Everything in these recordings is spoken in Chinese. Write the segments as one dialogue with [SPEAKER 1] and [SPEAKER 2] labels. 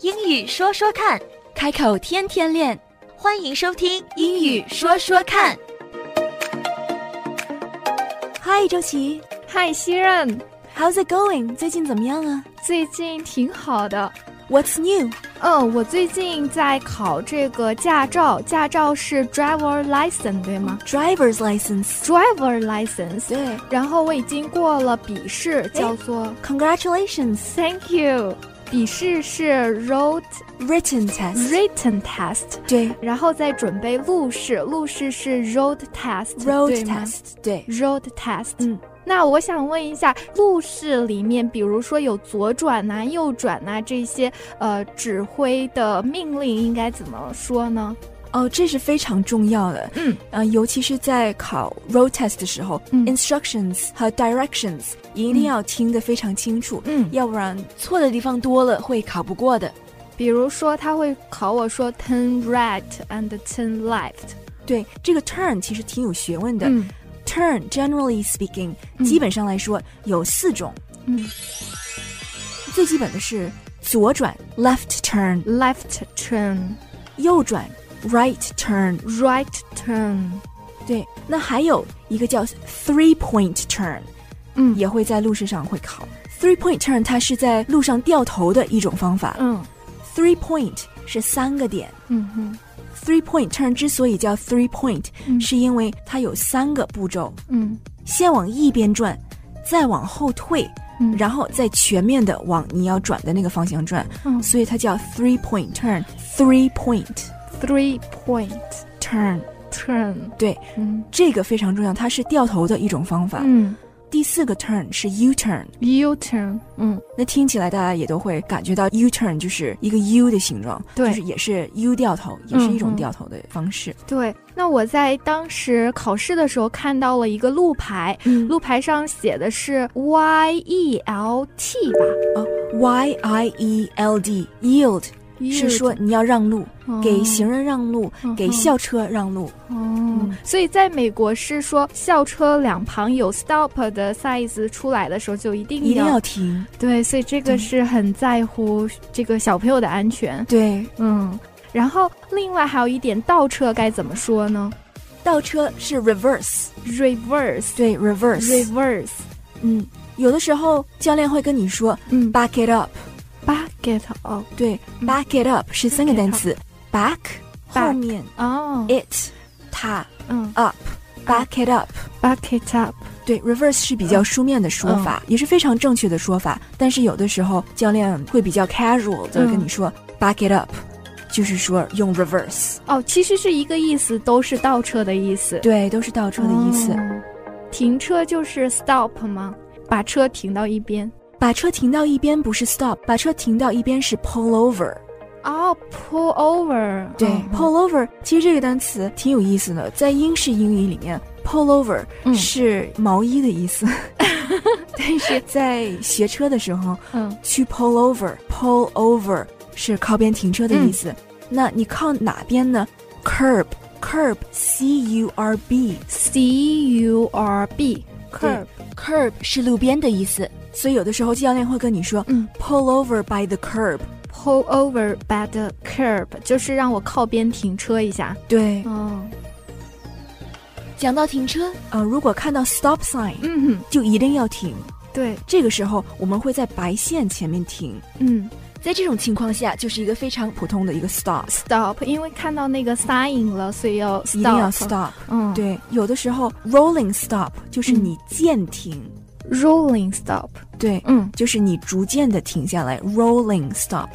[SPEAKER 1] 英语说说看，
[SPEAKER 2] 开口天天练，
[SPEAKER 1] 欢迎收听《
[SPEAKER 2] 英语说说看》。嗨，周琦
[SPEAKER 3] 嗨，西任，
[SPEAKER 2] ，How's it going？最近怎么样啊
[SPEAKER 3] 最近挺好的。
[SPEAKER 2] ？What's new？
[SPEAKER 3] 嗯，我最近在考这个驾照，驾照是 driver license 对吗
[SPEAKER 2] Driver's
[SPEAKER 3] 嗯
[SPEAKER 2] license。
[SPEAKER 3] ？driver license。
[SPEAKER 2] 对
[SPEAKER 3] 然后我已经过了笔试，叫做
[SPEAKER 2] ，Congratulations。
[SPEAKER 3] Thank you。笔试是 road
[SPEAKER 2] Written test。
[SPEAKER 3] written test，
[SPEAKER 2] 对
[SPEAKER 3] 然后再准备路试，路试是 road test
[SPEAKER 2] ，road
[SPEAKER 3] 对吗
[SPEAKER 2] test。对，
[SPEAKER 3] road test。
[SPEAKER 2] 嗯，
[SPEAKER 3] 那我想问一下，路试里面，比如说有左转呐、右转呐、这些呃指挥的命令应该怎么说呢？
[SPEAKER 2] 哦，这是非常重要的。
[SPEAKER 3] 嗯，
[SPEAKER 2] 呃，尤其是在考 road test 的时候、
[SPEAKER 3] 嗯
[SPEAKER 2] i n s t r u c t i o n s 和 directions 一定要听得非常清楚，
[SPEAKER 3] 嗯，
[SPEAKER 2] 要不然错的地方多了会考不过的。
[SPEAKER 3] 比如说他会考我说 turn right and turn left。
[SPEAKER 2] 对，这个 turn 其实挺有学问的。
[SPEAKER 3] 嗯
[SPEAKER 2] turn generally speaking，、
[SPEAKER 3] 嗯
[SPEAKER 2] 基本上来说有四种，
[SPEAKER 3] 嗯
[SPEAKER 2] 最基本的是左转 left turn，
[SPEAKER 3] ，left turn,
[SPEAKER 2] 右转 right turn。
[SPEAKER 3] right turn。
[SPEAKER 2] 对，那还有一个叫 three point turn，
[SPEAKER 3] 嗯
[SPEAKER 2] 也会在路试上会考。three point turn 它是在路上掉头的一种方法。
[SPEAKER 3] 嗯
[SPEAKER 2] three point 是三个点。
[SPEAKER 3] 嗯哼
[SPEAKER 2] three point turn 之所以叫 three point，、
[SPEAKER 3] 嗯
[SPEAKER 2] 是因为它有三个步骤，
[SPEAKER 3] 嗯
[SPEAKER 2] 先往一边转，再往后退，
[SPEAKER 3] 嗯，
[SPEAKER 2] 然后再全面的往你要转的那个方向转，
[SPEAKER 3] 嗯
[SPEAKER 2] 所以它叫 three point turn。three point
[SPEAKER 3] three point
[SPEAKER 2] turn
[SPEAKER 3] turn。
[SPEAKER 2] 对，啊
[SPEAKER 3] 嗯
[SPEAKER 2] 这个非常重要，它是掉头的一种方法。
[SPEAKER 3] 嗯
[SPEAKER 2] 第四个 turn 是 U turn，
[SPEAKER 3] ，U turn。嗯
[SPEAKER 2] 那听起来大家也都会感觉到 U turn 就是一个 U 的形状，
[SPEAKER 3] 对
[SPEAKER 2] 就是也是 U 掉头，也是一
[SPEAKER 3] 嗯
[SPEAKER 2] 种
[SPEAKER 3] 嗯
[SPEAKER 2] 掉头的方式。
[SPEAKER 3] 对，那我在当时考试的时候看到了一个路牌，
[SPEAKER 2] 嗯
[SPEAKER 3] 路牌上写的是 Y E L T 吧，
[SPEAKER 2] Y I E L D yield 是说你要让路，给行
[SPEAKER 3] 人、
[SPEAKER 2] 人让路，
[SPEAKER 3] 嗯
[SPEAKER 2] 给校车让路。
[SPEAKER 3] 哦。所以在美国是说校车两旁有 stop 的 size 出来的时候就一定要
[SPEAKER 2] 一定要停，
[SPEAKER 3] 对，所以这
[SPEAKER 2] 对
[SPEAKER 3] 个是很在乎这个小朋友的安全。
[SPEAKER 2] 对，
[SPEAKER 3] 嗯，然后另外还有一点倒车该怎么说呢
[SPEAKER 2] 倒车是 reverse，
[SPEAKER 3] ？reverse
[SPEAKER 2] 对 reverse，
[SPEAKER 3] reverse
[SPEAKER 2] 嗯，有的时候教练会跟你说
[SPEAKER 3] 嗯
[SPEAKER 2] back it up，
[SPEAKER 3] bucket up
[SPEAKER 2] 对
[SPEAKER 3] 嗯
[SPEAKER 2] ，back it up 是三个
[SPEAKER 3] Back it
[SPEAKER 2] 单词，back 后
[SPEAKER 3] Back
[SPEAKER 2] 面
[SPEAKER 3] 哦，
[SPEAKER 2] it 它
[SPEAKER 3] 嗯
[SPEAKER 2] up，back it up。
[SPEAKER 3] bucket up
[SPEAKER 2] 对，reverse 是比较
[SPEAKER 3] 嗯
[SPEAKER 2] 书面的说法，也是非常正确的说法。但是有的时候教练会比较 casual 的跟你说、back
[SPEAKER 3] 嗯
[SPEAKER 2] it up，就是说用 reverse，
[SPEAKER 3] 哦，其实是一个意思，都是倒车的意思。
[SPEAKER 2] 对，都是倒车的意思。
[SPEAKER 3] 哦停车就是 stop 吗？把车停到一边。
[SPEAKER 2] 把车停到一边不是 stop，把车停到一边是 pull over。
[SPEAKER 3] 哦、p u l l over
[SPEAKER 2] 对、
[SPEAKER 3] 嗯
[SPEAKER 2] p u l l over 其实这个单词挺有意思的，在英式英语里面，pull over
[SPEAKER 3] 嗯
[SPEAKER 2] 是毛衣的意 思， 但是在学车的时候
[SPEAKER 3] 嗯
[SPEAKER 2] 去 pull over，pull over 是靠边停车的意思。那你靠哪边呢？curb，curb c u r b
[SPEAKER 3] ，c u r b curb。
[SPEAKER 2] curb 是路边的意思，所以有的时候教练会跟你说、
[SPEAKER 3] 嗯
[SPEAKER 2] pull over by the curb。
[SPEAKER 3] Pull over by the curb，就是让我靠边停车一下。
[SPEAKER 2] 对，
[SPEAKER 3] 哦，
[SPEAKER 2] 讲到停车，呃，如果看到 stop sign，
[SPEAKER 3] 嗯，
[SPEAKER 2] 就一定要停。
[SPEAKER 3] 对，
[SPEAKER 2] 这个时候我们会在白线前面停，
[SPEAKER 3] 嗯
[SPEAKER 2] 在这种情况下就是一个非常普通的一个 stop，
[SPEAKER 3] ，stop，因为看到那个 sign 了，所以要 stop。
[SPEAKER 2] 一定要 stop。嗯
[SPEAKER 3] 嗯，
[SPEAKER 2] 对，有的时候 rolling stop 就是你渐停，
[SPEAKER 3] ，rolling stop。
[SPEAKER 2] 对，
[SPEAKER 3] 嗯，
[SPEAKER 2] 就是你逐渐的停下来，rolling stop。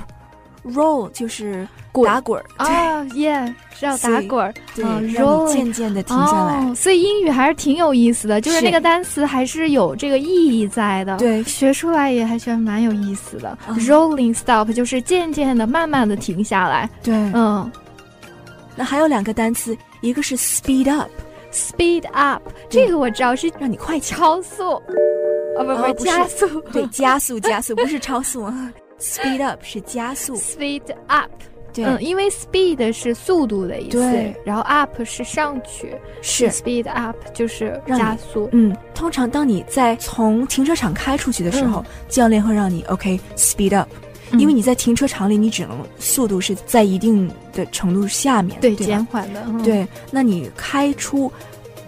[SPEAKER 2] roll 就是
[SPEAKER 3] 滚
[SPEAKER 2] 打滚儿，
[SPEAKER 3] 啊耶，是要
[SPEAKER 2] 所
[SPEAKER 3] 打
[SPEAKER 2] 以
[SPEAKER 3] 滚儿。
[SPEAKER 2] 对，
[SPEAKER 3] 啊
[SPEAKER 2] 对，让你
[SPEAKER 3] ，rolling
[SPEAKER 2] 渐渐的停下来。
[SPEAKER 3] 哦，所以英语还是挺有意思的，就是
[SPEAKER 2] 是
[SPEAKER 3] 那个单词还是有这个意义在的。。
[SPEAKER 2] 对，
[SPEAKER 3] 学出来也还觉得蛮有意思的、
[SPEAKER 2] 嗯
[SPEAKER 3] r o l l i n g stop 就是渐渐的、慢慢的停下来。
[SPEAKER 2] 对。
[SPEAKER 3] 嗯
[SPEAKER 2] 那还有两个单词，一个是 speed up，
[SPEAKER 3] ，speed up
[SPEAKER 2] 对
[SPEAKER 3] 这个我知道是
[SPEAKER 2] 让你快 起来。
[SPEAKER 3] 超速，啊不
[SPEAKER 2] 哦
[SPEAKER 3] 不
[SPEAKER 2] 不是
[SPEAKER 3] 加速，
[SPEAKER 2] 对，加速加速不是超速啊，speed up 是加速。
[SPEAKER 3] ，speed up，
[SPEAKER 2] 对，
[SPEAKER 3] 嗯，因为 speed 是速度的意思
[SPEAKER 2] 对，
[SPEAKER 3] 然后 up 是上去
[SPEAKER 2] 是。
[SPEAKER 3] ，speed up 就是
[SPEAKER 2] 让你
[SPEAKER 3] 加速，
[SPEAKER 2] 嗯，通常当你在从停车场开出去的时候，教练会让你 OK speed up，
[SPEAKER 3] 嗯
[SPEAKER 2] 因为你在停车场里，你只能速度是在一定的程度下面，
[SPEAKER 3] 对，
[SPEAKER 2] 对
[SPEAKER 3] 减
[SPEAKER 2] 吧
[SPEAKER 3] 缓的，嗯，
[SPEAKER 2] 对，那你开出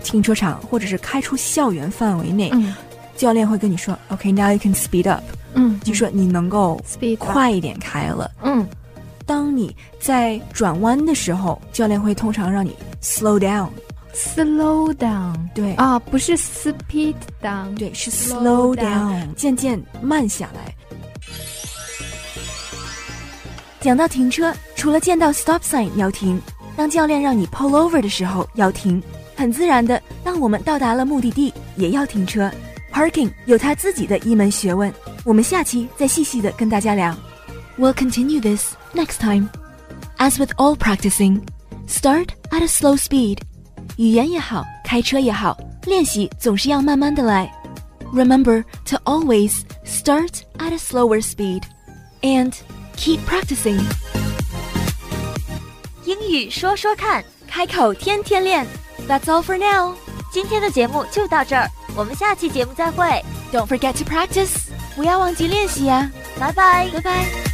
[SPEAKER 2] 停车场或者是开出校园范围内，
[SPEAKER 3] 嗯
[SPEAKER 2] 教练会跟你说，OK，now、you can speed up，
[SPEAKER 3] 嗯，
[SPEAKER 2] 就说你能够
[SPEAKER 3] speed up，
[SPEAKER 2] 快一点开了。
[SPEAKER 3] 嗯
[SPEAKER 2] 当你在转弯的时候，教练会通常让你 slow down，
[SPEAKER 3] ，slow down，
[SPEAKER 2] 对，
[SPEAKER 3] 啊，不是 speed down，，
[SPEAKER 2] 对，是
[SPEAKER 3] slow
[SPEAKER 2] slow
[SPEAKER 3] down
[SPEAKER 2] down，渐渐慢下来。讲到停车，除了见到 stop sign 要停，当教练让你 pull over 的时候要停，很自然的，当我们到达了目的地也要停车。Parking 有它自己的一门学问，我们下期再细细的跟大家聊。We'll continue this next time. As with all practicing, start at a slow speed. 语言也好，开车也好，练习总是要慢慢的来。Remember to always start at a slower speed and keep practicing.
[SPEAKER 1] 英语说说看。
[SPEAKER 2] 开口天天练。That's all for now.
[SPEAKER 1] 今天的节目就到这儿，我们下期节目再会，
[SPEAKER 2] Don't forget to practice. 不要忘记练习呀、
[SPEAKER 1] 拜拜。
[SPEAKER 2] 拜拜。